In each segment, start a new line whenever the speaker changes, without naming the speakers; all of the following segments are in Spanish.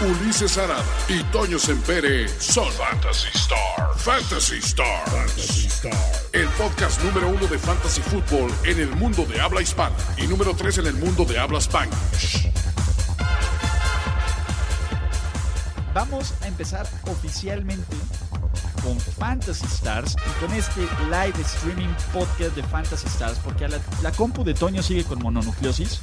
Ulises Arada y Toño Sempere son Fantasy Star. Fantasy Star. El podcast número uno de Fantasy Football en el mundo de habla hispana y número tres en el mundo de habla spanish.
Vamos a empezar oficialmente con Fantasy Stars y con este live streaming podcast de Fantasy Stars, porque a la, la compu de Toño sigue con mononucleosis.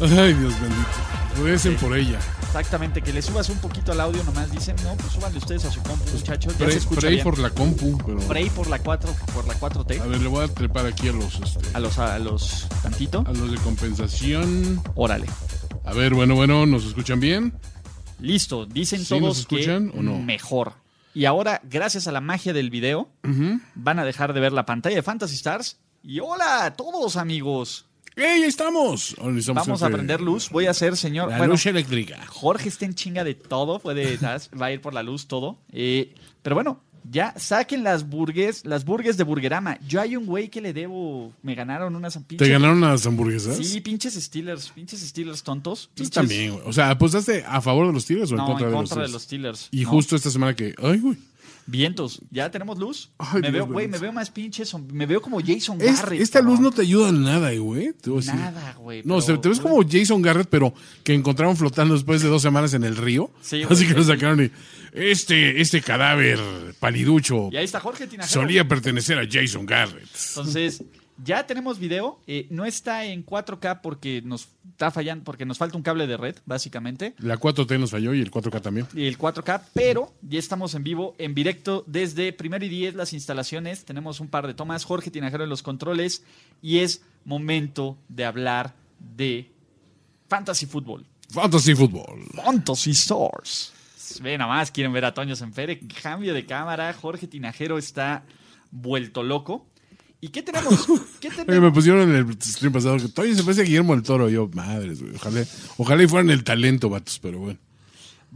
Ay, Dios bendito. Regresen
Sí.
por ella.
Exactamente, que le subas un poquito al audio, nomás dicen, no, pues súbanle ustedes a su compu, muchachos, ya se
Pray,
escucha
pray
bien.
por la compu, pero.
Pray por la 4, por la
A
4T,
ver, le voy a trepar aquí a los, este,
a los, a los tantito,
a los de compensación.
órale.
A ver, bueno, bueno, ¿nos escuchan bien?
Listo, dicen
¿Sí
todos
nos escuchan
que
o no?
mejor. Y ahora, gracias a la magia del video, van a dejar de ver la pantalla de Fantasy Stars. Y hola a todos, amigos.
¡Ey, ahí estamos! Ahora necesitamos
Vamos a
hacer-
prender luz. Voy a ser, señor.
La
bueno,
luz eléctrica.
Jorge está en chinga de todo. Puede, ¿sabes? va a ir por la luz todo. Eh, pero bueno, ya saquen las burgues, las burgues de Burgerama. Yo hay un güey que le debo. Me ganaron unas
¿Te
pinches.
ganaron las hamburguesas?
Sí, pinches Steelers. Pinches Steelers tontos.
Tú
Pinches-
también, güey. O sea, ¿apostaste a favor de los Tigres o en
No,
contra,
en
de,
contra de
los
los
Tigres?
Steelers.
Y
No.
justo esta semana que. ¡Ay, güey!
Vientos, ya tenemos luz.
Ay,
me
Dios
veo,
bendito.
güey, me veo más pinche, som- me veo como Jason
Es-
Garrett.
esta luz no
cabrón.
te ayuda en nada, güey. Te voy a decir.
Nada, güey.
No,
pero-
se- te ves como Jason Garrett, pero que encontraron flotando después de dos semanas en el río.
Sí, güey.
Así que lo sacaron y. Este, este cadáver paliducho
Y ahí está Jorge Tinajero.
solía pertenecer a Jason Garrett.
Entonces, ya tenemos video. eh, no está en 4K porque nos está fallando, porque nos falta un cable de red, básicamente.
La 4T nos falló y el 4K también.
Y el 4K, pero ya estamos en vivo, en directo, desde primero y 10 las instalaciones. Tenemos un par de tomas. Jorge Tinajero en los controles. Y es momento de hablar de Fantasy Football.
Fantasy Football.
Fantasy Stars. Ve nada más, quieren ver a Toño Senfere. Cambio de cámara. Jorge Tinajero está vuelto loco. ¿Y qué tenemos? ¿Qué
Oye, me
tenemos?
pusieron en el stream pasado que todavía se parece a Guillermo el Toro. Yo, madres, güey. Ojalá, ojalá y fueran el talento, vatos, pero bueno.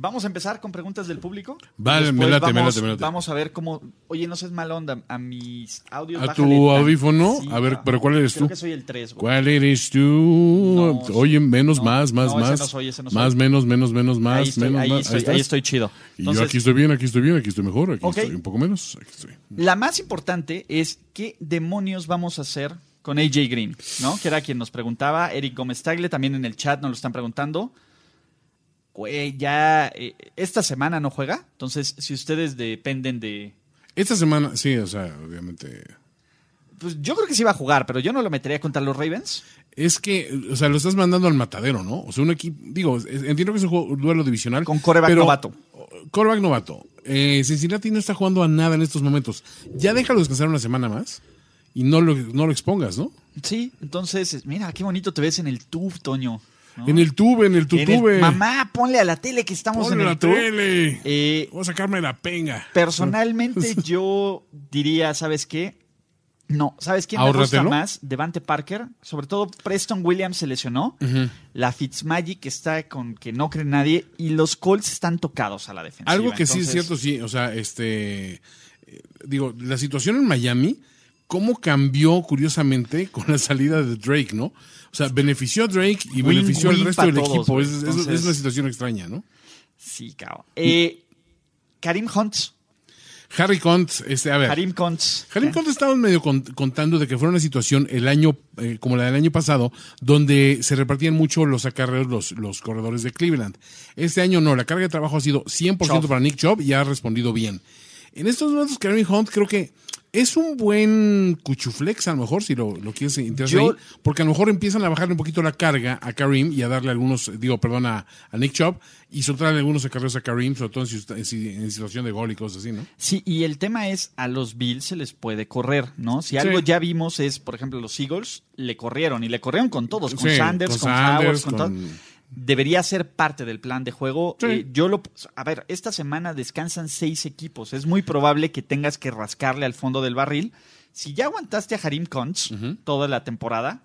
Vamos a empezar con preguntas del público.
Vale,
Después
me late, me
vamos,
late, me late.
Vamos a ver cómo. Oye, no seas mal onda. A mis audios.
¿A tu
bájale
audífono?
tantito.
A ver, ¿pero cuál eres
Creo
tú?
que soy el 3, güey.
¿Cuál eres tú?
No, sí.
Oye, menos,
No,
más, más,
no, ese
más.
no soy, ese no soy.
más, menos, menos, menos, más,
Ahí estoy,
menos,
ahí
más.
estoy,
estás.
ahí estoy chido.
Y
Entonces,
yo aquí estoy bien, aquí estoy bien, aquí estoy mejor, aquí
Ok.
estoy un poco menos, aquí estoy.
La más importante es qué demonios vamos a hacer con AJ Green, ¿no? Que era quien nos preguntaba. Eric Gómez Tagle también en el chat nos lo están preguntando. Güey, ya eh, esta semana no juega. Entonces, si ustedes dependen de.
Esta semana, sí, o sea, obviamente.
Pues yo creo que sí va a jugar, pero yo no lo metería contra los Ravens.
Es que, o sea, lo estás mandando al matadero, ¿no? O sea, un equipo, digo, es- entiendo que es un, juego- un duelo divisional.
Con coreback
pero-
novato.
Coreback novato. Eh, Cincinnati no está jugando a nada en estos momentos. Ya déjalo descansar una semana más y no lo, no lo expongas, ¿no?
Sí, entonces, mira, qué bonito te ves en el tube, Toño. ¿no?
En el tube, en el
En el-
tutube.
Mamá, ponle a la tele que estamos
Ponle
en
la
el tube.
tele.
Eh,
Voy a sacarme la penga.
Personalmente yo diría, ¿sabes qué? No, ¿sabes quién me gusta
Ahórratelo.
más? Devante Parker, sobre todo Preston Williams se lesionó, la Fitzmagic está con que no cree nadie y los Colts están tocados a la defensa.
Algo que sí es cierto, sí. O sea, este. eh, Digo, la situación en Miami, ¿cómo cambió curiosamente con la salida de Drake, no? O sea, benefició a Drake y
Win-win
benefició al resto
pa'
del
todos,
equipo.
güey.
Es, es-
Entonces-
es una situación extraña, ¿no?
Sí, cabrón. Eh, Karim Hunt,
Harry Hunt, este, a ver.
Karim Hunt.
Karim Conte estaba medio con- contando de que fue una situación el año, eh, como la del año pasado, donde se repartían mucho los acarreos, los, los corredores de Cleveland. Este año no, la carga de trabajo ha sido 100%
Chubb.
para Nick Chubb y ha respondido bien. En estos momentos, Karim Hunt creo que es un buen cuchuflex, a lo mejor, si lo, lo quieres interesar
Yo-
ahí, porque a lo mejor empiezan a bajarle un poquito la carga a Karim y a darle algunos, digo, perdón, a, a Nick Chubb y soltarle algunos acarreos a Karim, sobre todo en, si- en si- en situación de gol y cosas así, ¿no?
Sí, y el tema es, a los Bills se les puede correr, ¿no? Si algo
Sí.
ya vimos es, por ejemplo, los Eagles le corrieron y le corrieron con todos, con
Sí,
Sanders, con,
con Sanders,
Howard, con,
con-
todo. Debería ser parte del plan de juego.
Sí.
Eh, yo lo, a ver, esta semana descansan seis equipos. Es muy probable que tengas que rascarle al fondo del barril si ya aguantaste a Harim Cons toda la temporada,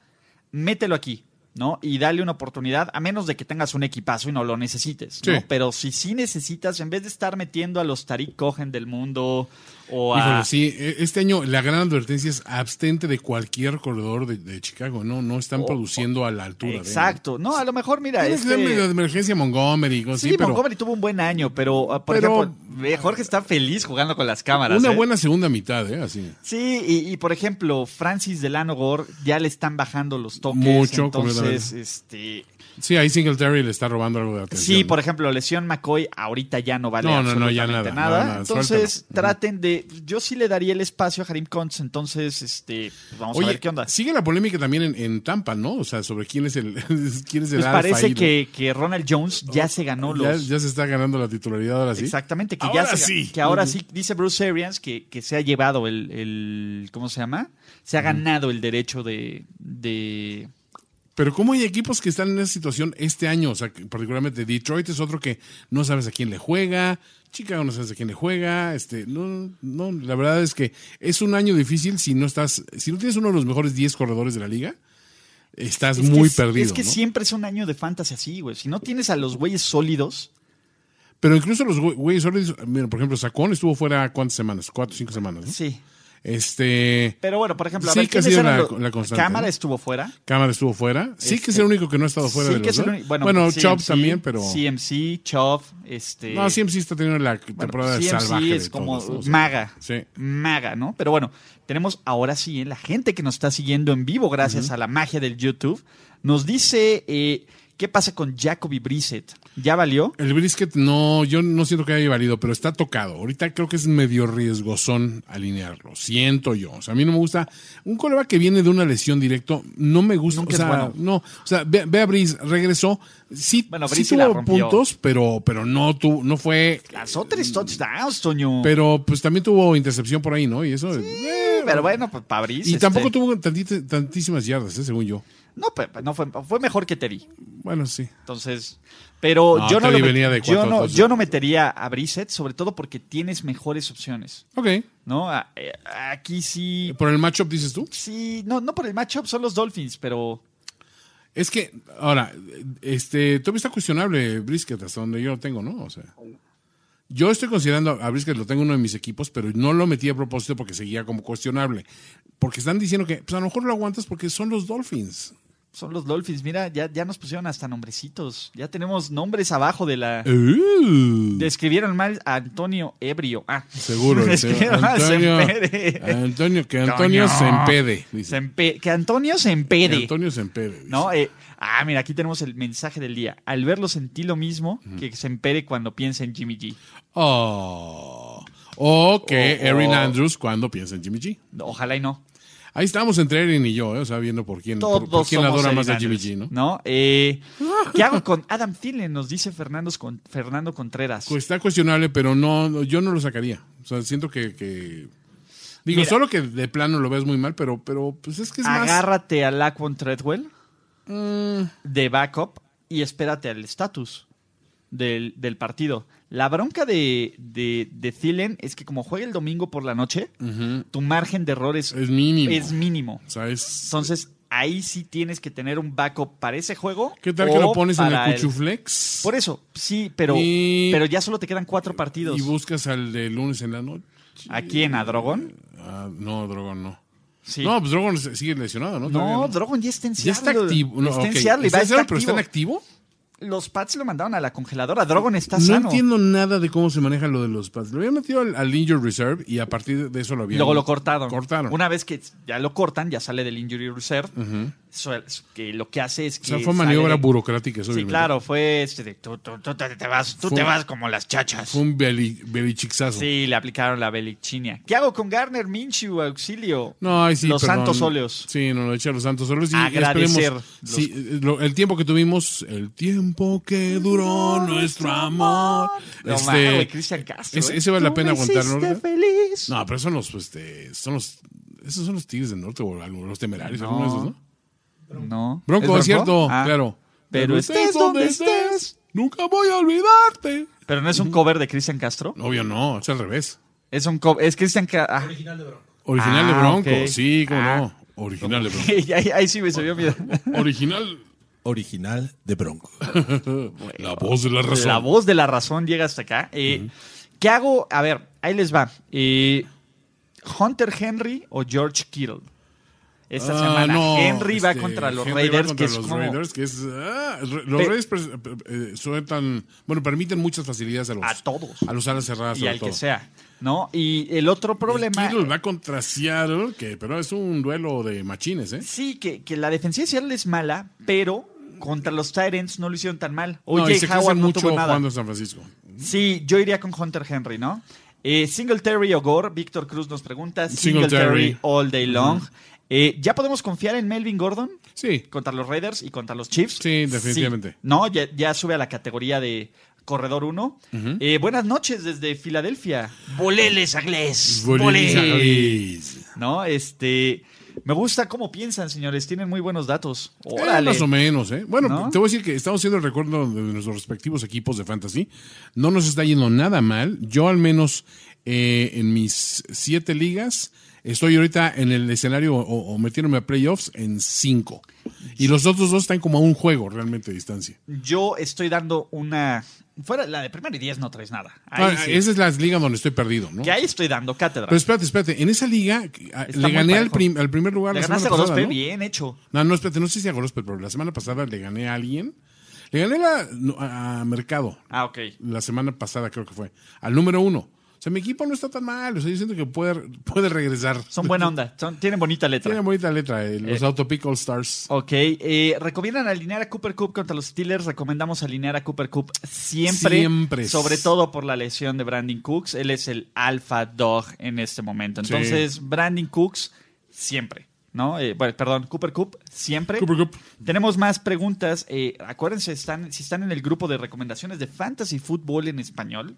mételo aquí, ¿no? Y dale una oportunidad, a menos de que tengas un equipazo y no lo necesites, ¿no?
Sí.
Pero si sí necesitas, en vez de estar metiendo a los Tariq Cohen del mundo o a...
Híjole, sí, e- este año la gran advertencia es abstente de cualquier corredor de, de Chicago, no no están
Oh,
produciendo a la altura. de-
Exacto. No, a lo mejor, mira,
Tiene que ser medio
este...
de emergencia Montgomery, cosas
Sí,
así, pero
Montgomery tuvo un buen año, pero, ah, por
Pero-
ejemplo, eh, Jorge está feliz jugando con las cámaras.
una
¿eh?
buena segunda mitad, ¿eh? Así.
Sí, y, y, por ejemplo, Francis Delano Gore ya le están bajando los toques.
Mucho,
entonces,
completamente.
este.
Sí, ahí Singletary le está robando algo de atención.
Sí, por ejemplo, lesión McCoy ahorita ya no vale
No, no, no,
absolutamente
ya
nada.
nada, nada,
entonces,
suéltalo.
traten de. Yo sí le daría el espacio a Harim Contz, entonces, este, pues vamos a ver qué onda.
Sigue la polémica también en, en Tampa, ¿no? O sea, sobre quién es el quién es el
Pues
alfa
parece
ahí.
que, que Ronald Jones ya se ganó
Oh, ya,
los.
ya se está ganando la titularidad ahora sí.
Exactamente, que
Ahora
ya se-
sí.
que ahora sí, dice Bruce Arians que, que se ha llevado el, el- ¿cómo se llama? Se ha ganado el derecho de, de
Pero cómo hay equipos que están en esa situación este año, o sea, que particularmente Detroit es otro que no sabes a quién le juega, Chicago no sabes a quién le juega, este, no, no, la verdad es que es un año difícil si no estás, si no tienes uno de los mejores 10 corredores de la liga, estás
que
muy
es-
perdido.
Es que
¿no?
siempre es un año de fantasy así, güey. Si no tienes a los güeyes sólidos,
Pero incluso los güe- güeyes, sólidos, mira, por ejemplo, Sacón estuvo fuera cuántas semanas, cuatro, cinco semanas, ¿no?
sí.
Este,
Pero bueno, por ejemplo, a
Sí,
ver,
que ha
¿quiénes
sido
eran
la-
los-
la constante,
Cámara
¿no?
estuvo fuera.
Cámara estuvo fuera, sí que es
Este-
el único que no ha estado fuera
sí,
de
que
los
es el
dos.
único-
Bueno,
CMC,
Chop también, pero
CMC, Chop, este...
no, siempre sí está teniendo la
bueno,
temporada
CMC
salvaje
es
de
como
todos, ¿no? O sea,
maga.
Sí.
Maga, ¿no? Pero bueno, tenemos ahora sí ¿eh? la gente que nos está siguiendo en vivo gracias a la magia del YouTube. Nos dice, eh, ¿qué pasa con Jacoby Brissett? ¿Ya valió?
El brisket no, yo no siento que haya valido, pero está tocado. Ahorita creo que es medio riesgosón alinearlo. Siento yo. O sea, a mí no me gusta. Un coreback que viene de una lesión directo, no me gusta.
Nunca
o
es
sea,
bueno.
no. O sea, ve, ve a Brice, regresó. Sí,
Bueno,
sí
Brice sí la
tuvo
rompió.
puntos, pero, pero no tuvo, no fue.
Lanzó tres touchdowns, Toño.
Mm. Pero pues también tuvo intercepción por ahí, ¿no? Y eso. eh,
Pero bueno, pues para Brice,
y
este,
tampoco tuvo tantita- tantísimas yardas, eh, según yo.
No, pe- pe- no fue, fue mejor que Teddy.
Bueno, sí.
Entonces, pero
No,
yo, no
Teddy
lo met-
venía de
yo,
cuatro
no,
touchdowns.
yo no metería a Brissett, sobre todo porque tienes mejores opciones,
Ok.
¿no? A- eh, Aquí sí,
¿Por el matchup dices tú?
sí, no, no por el matchup, son los Dolphins, pero
Es que, ahora, este, todavía está cuestionable Brisket hasta donde yo lo tengo, ¿no? O sea, yo estoy considerando a Brisket, lo tengo en uno de mis equipos, pero no lo metí a propósito porque seguía como cuestionable. Porque están diciendo que, pues a lo mejor lo aguantas porque son los Dolphins.
son los Dolphins. Mira, ya, ya nos pusieron hasta nombrecitos. Ya tenemos nombres abajo de la...
Uh,
Describieron mal a Antonio Ebrio. Ah,
seguro. el señor
Describieron mal a
Antonio, Ah.
Sempere.
Antonio, que Antonio se empede. dice.
Sempe- que Antonio se
Que
empede.
Antonio se empede. dice.
¿No? Eh, ah, mira, aquí tenemos el mensaje del día. Al verlo sentí lo mismo que se empere cuando piensa en Jimmy G.
Oh. O que
Oh, oh.
Erin Andrews cuando piensa en Jimmy G.
No, Ojalá y no.
Ahí estamos entre Erin y yo, eh, o sea, viendo por quién,
Todos
por, por quién
somos
adora más a
Erin
Jimmy G,
Andrews,
¿no?
Eh, ¿Qué hago con Adam Thielen? Nos dice Fernando, con, Fernando Contreras.
Pues está cuestionable, pero no, no, yo no lo sacaría. O sea, siento que, que- digo,
Mira.
solo que de plano lo ves muy mal, pero, pero pues es que es más. mm,
Agárrate a Laquan Treadwell de backup y espérate al estatus del, del partido. La bronca de, de, de Thielen es que como juega el domingo por la noche, tu margen de errores
Es mínimo.
es mínimo.
O sea, es-
Entonces, ahí sí tienes que tener un backup para ese juego.
¿Qué tal
o
que lo pones en
Oh, para
el cuchuflex?
Por eso, sí, pero,
Y-
pero ya solo te quedan cuatro partidos.
Y buscas al de lunes en la noche.
Aquí en Adrogón.
Ah, no, Drogon no.
Sí.
No, pues Drogon se- sigue lesionado, ¿no? Todavía
No, Drogon ya está en
Ya está
Seattle.
activo. No,
está
ok.
en Seattle y
¿Está
va a
en Seattle,
estar
pero está en
activo.
activo?
Los Pats lo mandaron a la congeladora. Drogon está
No
sano.
entiendo nada de cómo se maneja lo de los pads. Lo habían metido al, al Injured Reserve y a partir de eso lo habían.
Luego lo cortaron.
Cortaron.
Una vez que ya lo cortan, ya sale del injury reserve. suel- que lo que hace es
o
que.
sea, fue
sale
maniobra
de-
burocrática, eso
Sí,
obviamente.
claro, fue este de tú, tú- tú te te vas, tú
Fue-
te vas como las chachas.
Fue un beli- belichixazo.
Sí, le aplicaron la belichinia. ¿Qué hago con Garner Minshew, auxilio?
No, ay, sí,
Los
perdón.
santos óleos.
Sí, no, lo eché a los santos óleos. Y
Agradecer
esperemos-
los-
sí, eh, lo- el tiempo que tuvimos, el tiempo que duró nuestro amor.
No,
Este,
mames, güey, Cristian Castro.
ese-
¿eh?
ese vale la
Tú
pena
me
aguantar, ¿no?
hiciste feliz.
no, pero son los, este, son los, esos son los tigres del norte o algo, los temerarios,
No.
alguno de esos, ¿no?
No.
Bronco,
¿Es
es cierto,
Ah.
claro.
Pero estés donde estés.
Nunca voy a olvidarte.
Pero no es un cover de Cristian Castro.
Obvio no, es al revés.
ah, Es un cover. Es Cristian Castro.
Original de
Ah,
Bronco,
ok.
sí, cómo
Ah.
no. Original de Bronco.
ahí, ahí sí me se vio miedo.
Original,
Original de Bronco.
la voz de la razón.
La voz de la razón llega hasta acá. Eh, ¿Qué hago? A ver, ahí les va. Eh, ¿Hunter Henry o George Kittle? Esta
Ah,
semana
no,
Henry va
este,
contra los
Henry va
Raiders,
contra
que es
los
como-
Raiders, que es, ah, re- los
Pe-
Raiders pres- eh, eh, sueltan, bueno, permiten muchas facilidades a los
A todos.
a los alas cerradas, ah,
y
sobre
al
todo.
que sea, ¿no? Y el otro problema...
Kittle va contra Seattle, que pero es un duelo de machines, ¿eh?
Sí, que, que la defensiva de Seattle es mala, pero contra los Tyrants no lo hicieron tan mal.
no, y
Oye,
se
Howard
casan
no
mucho
tuvo nada.
jugando en San Francisco.
Sí, yo iría con Hunter Henry, ¿no? Eh, Singletary o Gore, Víctor Cruz nos pregunta.
Singletary.
Singletary all day long. Eh, ¿Ya podemos confiar en Melvin Gordon
Sí,
contra los Raiders y contra los Chiefs?
Sí, definitivamente.
Sí, no, ya, ya sube a la categoría de corredor 1. Eh, buenas noches desde Filadelfia. Boleles agles.
Boleles Eh,
Boleles. No, este. Me gusta cómo piensan, señores. Tienen muy buenos datos.
Eh,
Órale.
más o menos, ¿eh? Bueno,
¿No?
te voy a decir que estamos haciendo el recuerdo de nuestros respectivos equipos de fantasy. No nos está yendo nada mal. Yo al menos eh, en mis siete ligas estoy ahorita en el escenario o, o metiéndome a playoffs en cinco. Y los otros dos están como a un juego realmente de distancia.
Yo estoy dando una. Fuera la de primero y 10 no traes nada. Ahí
Ah, Pues,
sí.
Esa es la liga donde estoy perdido, ¿no?
Que ahí estoy dando cátedra.
Pero espérate, espérate. En esa liga ah,
Está
le
muy
gané al,
parejo.
prim- al primer lugar
Le
la semana
ganaste a
pasada,
Gorospe,
¿no?
bien hecho.
No, no, espérate, no sé si a Gorospe, pero la semana pasada le gané a alguien. Le gané la- no, a, a Mercado.
Ah, ok.
La semana pasada creo que fue. Al número uno. O sea, mi equipo no está tan mal. O sea, yo siento que puede, puede regresar.
Son buena onda. Son- tienen bonita letra.
Tiene bonita letra, eh, los Autopic All Stars.
Ok. eh, ¿Recomiendan alinear a Cooper Cup contra los Steelers? Recomendamos alinear a Cooper Cup siempre.
Siempre.
Sobre todo por la lesión de Brandon Cooks. Él es el alfa dog en este momento.
Sí.
Entonces, Brandon Cooks siempre. ¿No? Eh, bueno, perdón, Cooper Cup siempre.
Cooper Cup.
Tenemos más preguntas. Eh, acuérdense, están, si están en el grupo de recomendaciones de Fantasy Fútbol en español,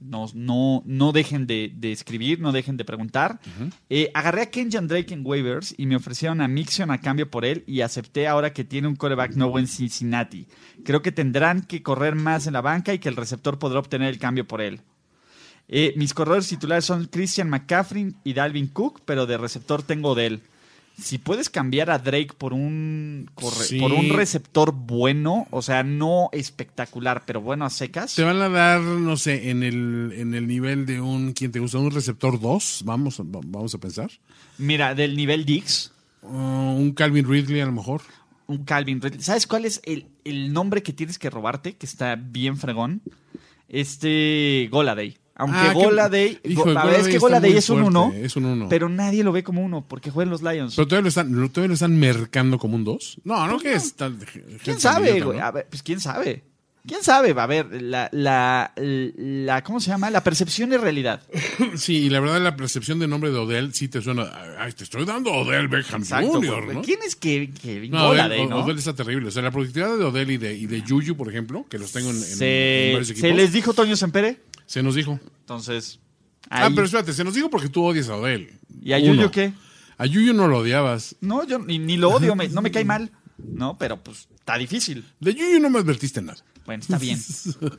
no, no, no dejen de, de escribir, no dejen de preguntar. Eh, agarré a Kenjan Drake en waivers y me ofrecieron a Mixon a cambio por él y acepté ahora que tiene un coreback nuevo en Cincinnati. Creo que tendrán que correr más en la banca y que el receptor podrá obtener el cambio por él. Eh, mis corredores titulares son Christian McCaffrey y Dalvin Cook, pero de receptor tengo de él. Si puedes cambiar a Drake por un, corre-
Sí.
por un receptor bueno, o sea, no espectacular, pero bueno a secas.
Te van a dar, no sé, en el, en el nivel de un, ¿quién te gusta? Un receptor 2, vamos, a- va- vamos a pensar.
Mira, del nivel Dix,
Uh, un Calvin Ridley a lo mejor.
un Calvin Ridley. ¿Sabes cuál es el, el nombre que tienes que robarte? Que está bien fregón. Este Goladay. Aunque
Ah, que-
Goladay.
hijo,
Go- a ver, es
Golladay
que
está
Goladay
muy
es un
fuerte,
uno.
es un uno.
Pero nadie lo ve como uno porque juega en los Lions.
Pero todavía lo están, lo- todavía lo están mercando como un 2. No, no que es tan-
¿Quién
gente
sabe,
idiota,
güey?
¿no?
A ver, pues quién sabe. ¿Quién sabe? Va a ver, la, la, la, ¿cómo se llama? La percepción es realidad.
Sí, y la verdad la percepción del nombre de Odell sí te suena. Ay, te estoy dando Odell Beckham Jr.,
güey.
¿no?
¿Quién es que, que
No,
Golladay,
Odell,
no?
Odell está terrible. O sea, la productividad de Odell y de, y de Juju, por ejemplo, que los tengo en, en- en
se,
varios
se
equipos,
les dijo Toño Sempere,
se nos dijo.
entonces.
Ah,
ahí.
pero espérate, se nos dijo porque tú odias a Odell.
¿Y a
Uno.
Yuyo qué?
A Juju no lo odiabas.
No, yo ni, ni lo odio, me- no me cae mal. No, pero pues está difícil.
De Juju no me advertiste nada.
Bueno, está bien.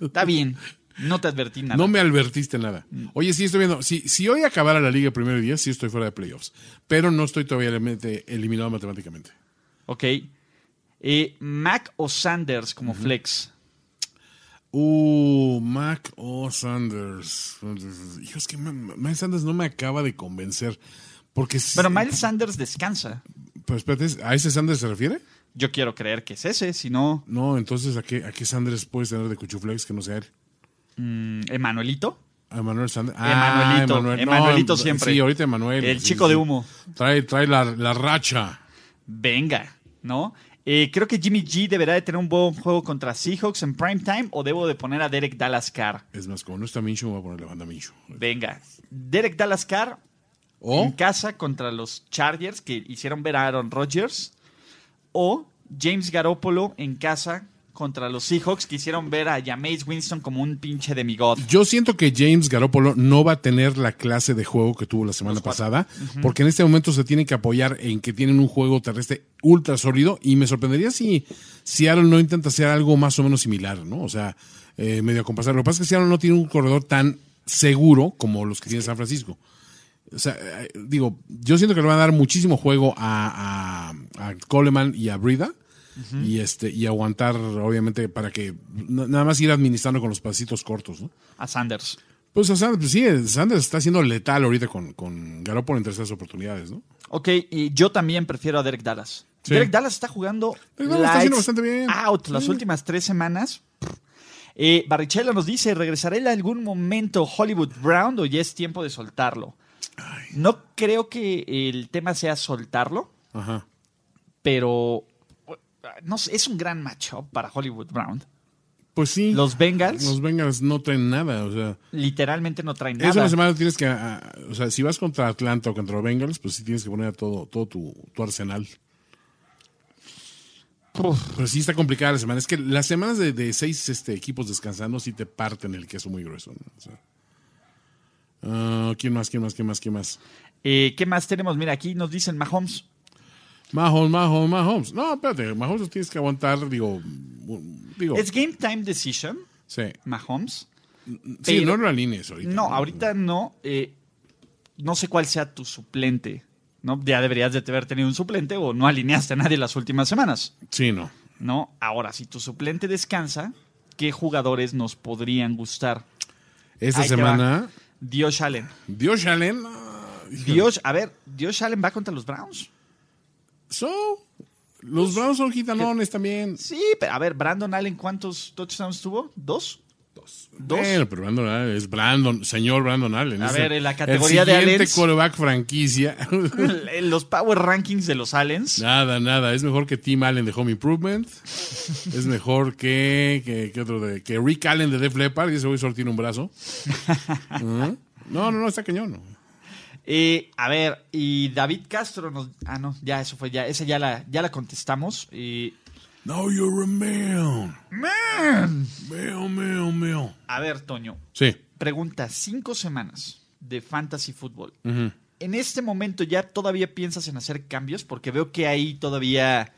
Está bien. No te advertí nada. Mm.
No me advertiste nada. Oye, sí estoy viendo. Si, si hoy acabara la liga primero y diez, sí estoy fuera de playoffs. Pero no estoy todavía realmente eliminado matemáticamente.
Ok. Eh, Mac o Sanders como flex.
Uh, Mac o Sanders. Hijo, es que Ma- Ma- Miles Sanders no me acaba de convencer. Porque si-
Pero Miles Sanders descansa.
Pero espérate, ¿a ese Sanders se refiere?
Yo quiero creer que es ese, si no,
No, entonces, ¿a qué, a qué Sanders puedes tener de Cuchuflex que no sea él?
mm, Emanuelito.
¿A Emanuel Sanders? Ah,
Emanuelito,
Emanuel.
Emanuelito
em-
siempre.
Sí, ahorita Emanuel.
El
Sí,
chico
sí.
de humo.
Trae, trae la, la racha.
Venga, ¿no? Eh, creo que Jimmy G deberá de tener un buen juego contra Seahawks en prime time o debo de poner a Derek Dallas Carr.
Es más, como no está Minshew, voy a poner la banda Minshew.
Venga, Derek Dallas Carr en
O
casa contra los Chargers que hicieron ver a Aaron Rodgers o James Garoppolo en casa contra los Seahawks que hicieron ver a Jameis Winston como un pinche demigod.
Yo siento que James Garoppolo no va a tener la clase de juego que tuvo la semana pasada, porque en este momento se tienen que apoyar en que tienen un juego terrestre ultra sólido y me sorprendería si Seattle no intenta hacer algo más o menos similar, ¿no? O sea, eh, medio compasar. Lo que pasa es que Seattle no tiene un corredor tan seguro como los que tiene San Francisco. O sea, eh, digo, yo siento que le van a dar muchísimo juego a, a, a Coleman y a Brida. Y este y aguantar, obviamente, para que na- nada más ir administrando con los pasitos cortos, ¿no?
a Sanders.
Pues, o sea, pues sí, Sanders está siendo letal ahorita con, con Garoppolo en terceras oportunidades, ¿no?
Ok, y yo también prefiero a Derek Dallas.
Sí.
Derek Dallas está jugando
Derek Dallas está haciendo
lights
bastante bien.
out las
Sí.
últimas tres semanas. Eh, Barrichello nos dice, ¿regresará en algún momento Hollywood Brown o ya es tiempo de soltarlo? No creo que el tema sea soltarlo,
Ajá.
pero no sé, es un gran matchup para Hollywood Brown.
Pues sí.
Los Bengals
Los Bengals no traen nada, o sea.
literalmente no traen
Es una
nada.
semana tienes que. a- a- o sea, si vas contra Atlanta o contra los Bengals, pues sí tienes que poner a todo, todo tu, tu arsenal.
Puf,
Pero sí está complicada la semana. Es que las semanas de, de seis este, equipos descansando sí te parten el queso muy grueso. ¿no? O sea. Ah, ¿Quién más? ¿Quién más? ¿Quién más? ¿Quién más?
eh, ¿Qué más tenemos? Mira, aquí nos dicen Mahomes.
Mahomes, Mahomes, Mahomes. No, espérate, Mahomes los tienes que aguantar, digo. bu- digo
¿Es game time decision,
sí,
Mahomes?
sí
pero-
no lo alinees ahorita.
No, ahorita no. eh, no sé cuál sea tu suplente. ¿no? Ya deberías de haber tenido un suplente o no alineaste a nadie las últimas semanas.
Sí, no.
¿no? Ahora, si tu suplente descansa, ¿qué jugadores nos podrían gustar?
Esta
Ahí te
semana,
Dios Allen.
Dios Allen. ah, Dios.
Dios, a ver, Dios Allen va contra los Browns.
So, los Browns son gitanones también.
Sí, pero a ver, Brandon Allen, ¿cuántos touchdowns tuvo? ¿Dos? Dos. ¿Dos?
Bueno, pero Brandon Allen es Brandon, señor Brandon Allen.
A
Es
ver,
el-
en la categoría de
El siguiente
Allens.
quarterback franquicia.
los power rankings de los Allens.
nada, nada. Es mejor que Tim Allen de Home Improvement. es mejor que, que, que otro de, que Rick Allen de Def Leppard. Y ese voy solo tiene un brazo. Ujú. No, no, no, está cañón. no.
Eh, a ver, y David Castro nos. Ah, no, ya eso fue, ya, esa ya la, ya la contestamos. Y,
Now you're a man. Man, man, man.
a ver, Toño,
Sí.
pregunta: cinco semanas de fantasy fútbol. En este momento ya todavía piensas en hacer cambios, porque veo que hay todavía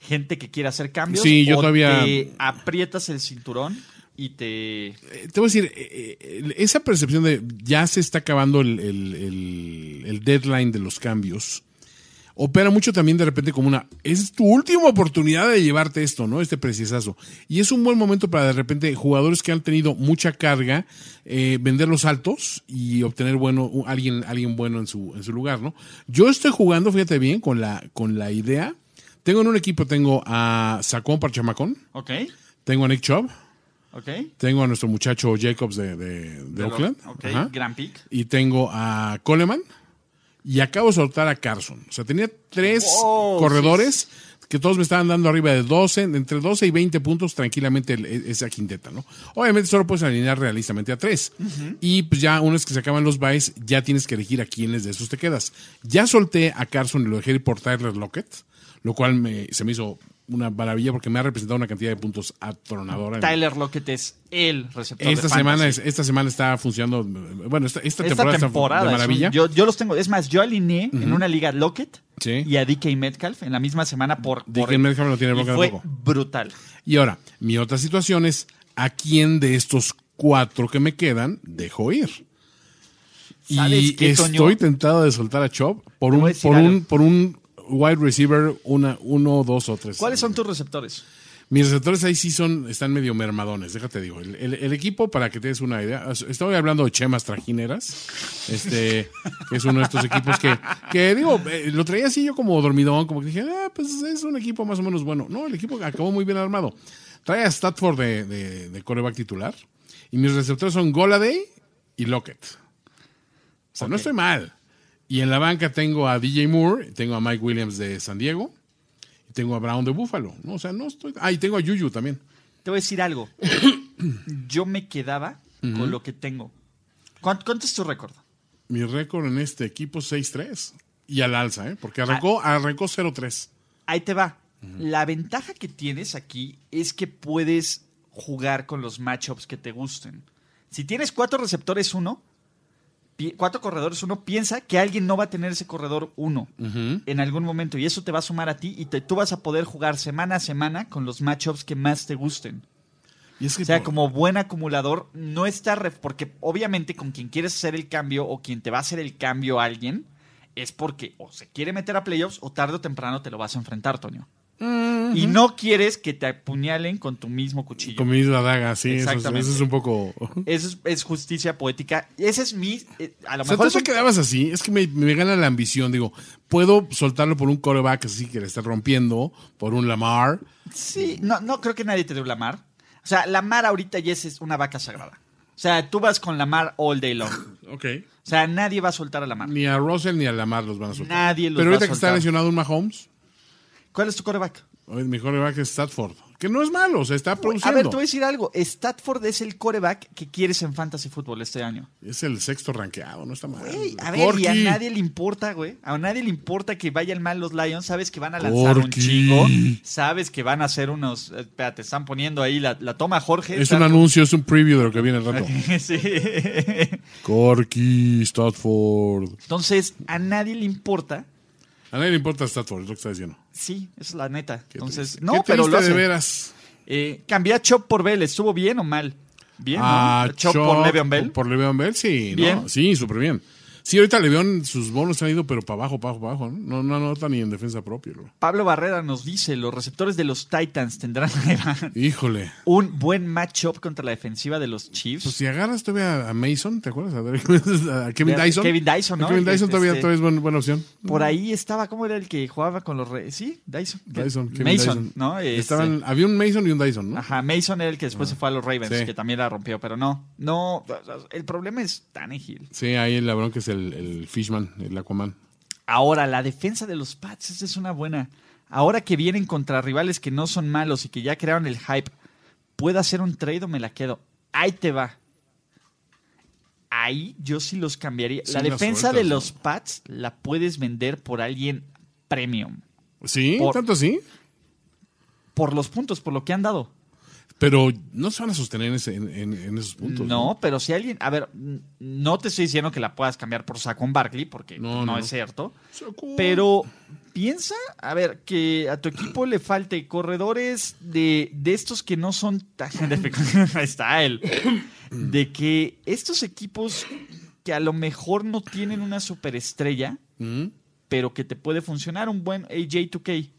gente que quiere hacer cambios.
Sí, yo
o
todavía-
Te aprietas el cinturón y te.
Eh, te voy a decir, eh, eh, esa percepción de ya se está acabando el, el- el- el deadline de los cambios, opera mucho también de repente como una, es tu última oportunidad de llevarte esto, ¿no? Este preciosazo. Y es un buen momento para de repente jugadores que han tenido mucha carga, eh, venderlos altos y obtener bueno, u- alguien, alguien bueno en su, en su lugar, ¿no? Yo estoy jugando, fíjate bien, con la, con la idea. Tengo en un equipo, tengo a Sacón Parchamacón,
Ok,
tengo a Nick Chubb.
ok.
Tengo a nuestro muchacho Jacobs de, de- de Oakland.
Ok,
Ajá.
gran pick.
Y tengo a Coleman. Y acabo de soltar a Carson. O sea, tenía tres
Wow,
corredores que todos me estaban dando arriba de 12, entre 12 y 20 puntos tranquilamente el- e- esa quinteta, ¿no? Obviamente solo puedes alinear realistamente a tres. Y pues ya una vez que se acaban los buys, ya tienes que elegir a quiénes de esos te quedas. Ya solté a Carson y lo dejé ir por Tyler Lockett, lo cual me, se me hizo una maravilla porque me ha representado una cantidad de puntos atronadora. en-
Tyler Lockett es el receptor. de
esta
fantasy.
semana, es- esta semana está funcionando. eh, Bueno, esta, esta
Esta
temporada,
temporada,
está de
es un-
maravilla.
yo, yo los tengo. Es más, yo alineé en una liga Lockett
Sí.
y a DK Metcalf en la misma semana por.
DK
por-
Metcalf no tiene
y
bronca
Fue
tampoco.
brutal.
Y ahora, mi otra situación es: ¿a quién de estos cuatro que me quedan dejo ir?
¿Sabes
Y
qué,
estoy
Toño?
tentado de soltar a Chop por
Te voy a
un,
decir
por
algo.
un, por un wide receiver, una, uno, dos o tres.
¿Cuáles son tus receptores?
Mis receptores ahí sí son, están medio mermadones, déjate digo. El, el- el equipo, para que te des una idea, es- estoy hablando de Chemas Trajineras, este, que es uno de estos equipos que, que digo, eh, lo traía así yo como dormidón, como que dije, ah, pues es un equipo más o menos bueno. No, el equipo acabó muy bien armado. Trae a Statford de, de, de coreback titular, y mis receptores son Goladay y Lockett. O sea, no
Ok.
estoy mal. Y en la banca tengo a DJ Moore, tengo a Mike Williams de San Diego. Y tengo a Brown de Búfalo. ¿no? O sea, no estoy. Ah, y tengo a Yuyu también.
Te voy a decir algo. Yo me quedaba con lo que tengo. ¿Cuán- ¿Cuánto, es tu récord?
Mi récord en este equipo 6-3. Y al alza, ¿eh? Porque arrancó,
Ah.
arrancó 0-3.
Ahí te va. La ventaja que tienes aquí es que puedes jugar con los matchups que te gusten. Si tienes cuatro receptores uno, pi- cuatro corredores uno, piensa que alguien no va a tener ese corredor uno en algún momento y eso te va a sumar a ti y te- tú vas a poder jugar semana a semana con los matchups que más te gusten.
Y es que
o sea,
por-
como buen acumulador, no está... ref- porque obviamente con quien quieres hacer el cambio o quien te va a hacer el cambio a alguien es porque o se quiere meter a playoffs o tarde o temprano te lo vas a enfrentar, Toño. Y no quieres que te apuñalen con tu mismo cuchillo.
Mm. Con mi misma daga, sí, eso, es-
Exactamente.
eso es un poco...
Eso es, es justicia poética. Ese es mi... eh, a lo
O sea,
mejor...
tú
es un-
te quedabas así, es que me, me gana la ambición, digo, puedo soltarlo por un coreback así que le está rompiendo, por un Lamar,
Sí, no, no creo que nadie te dé la mar. O sea, la mar ahorita ya es- es una vaca sagrada. O sea, tú vas con la mar all day long. O
okay.
sea, nadie va a soltar a la mar.
ni a Russell ni a Lamar los van a soltar.
Nadie los
Pero
va a
ahorita que está
soltar.
lesionado un Mahomes,
¿Cuál es tu coreback?
hoy mi coreback es Statford, que no es malo, o sea, está
A
produciendo.
ver, te voy a decir algo. Statford es el coreback que quieres en fantasy fútbol este año.
Es el sexto rankeado, no está mal.
Ey, a ver, y a
Corky.
nadie le importa, güey. A nadie le importa que vayan mal los Lions. Sabes que van a lanzar un
Corky.
chingo. Sabes que van a hacer unos. eh, Espérate, están poniendo ahí la, la toma Jorge.
Es un anuncio, es un preview de lo que viene el rato.
sí.
Corky, Statford.
Entonces, a nadie le importa.
A nadie le importa Statford, es lo que está diciendo.
Sí, esa es la neta.
Qué
Entonces,
triste.
no,
Qué
pero lo
triste de
hace.
veras.
Eh, cambié a Chop por Bell. ¿Estuvo bien o mal? Bien, ¿no?
Ah,
Chop por
Chop
Le'Veon Bell.
Por Le'Veon Bell, sí. ¿no?
Bien.
Sí, súper bien. Sí, ahorita Le'Veon, sus bonos han ido, pero para abajo, para abajo, para abajo. No, no, no anota ni en defensa propia. bro.
Pablo Barrera nos dice, los receptores de los Titans tendrán
Híjole.
un buen matchup contra la defensiva de los Chiefs.
Pues si agarras todavía a Mason, ¿te acuerdas? A, a Kevin
De-
Dyson.
Kevin Dyson, ¿no?
A Kevin
El que-
Dyson todavía,
este-
todavía es buen- buena opción.
por ahí estaba, ¿cómo era el que jugaba con los... Re sí, Dyson.
Dyson, Kevin
Mason,
Dyson.
¿no? Este,
Estaban, había un Mason y un Dyson, ¿no? Ah,
Ajá, Mason era el que después se fue a los Ravens,
Sí.
que también la rompió, pero no. No, el problema es Tannehill.
Sí, ahí el labrón que es el, el Fishman, el Aquaman.
Ahora, la defensa de los Pats, esa es una buena. Ahora que vienen contra rivales que no son malos y que ya crearon el hype, ¿puedo hacer un trade o me la quedo? Ahí te va. Ahí yo sí los cambiaría.
Sí,
la
las
defensa
sueltas,
de
¿no?
los Pats la puedes vender por alguien premium.
Sí,
Por-
tanto sí.
Por los puntos, por lo que han dado.
Pero no se van a sostener en, ese- en- en- en esos puntos.
No, pero si alguien. A ver, n- no te estoy diciendo que la puedas cambiar por Saquon Barkley, porque
No,
no,
no,
es
no.
cierto.
Saquon.
Pero piensa, a ver, que a tu equipo le falte corredores de, de estos que no son tan. Ahí está él. De que estos equipos que a lo mejor no tienen una superestrella,
¿Mm?
pero que te puede funcionar un buen AJ2K,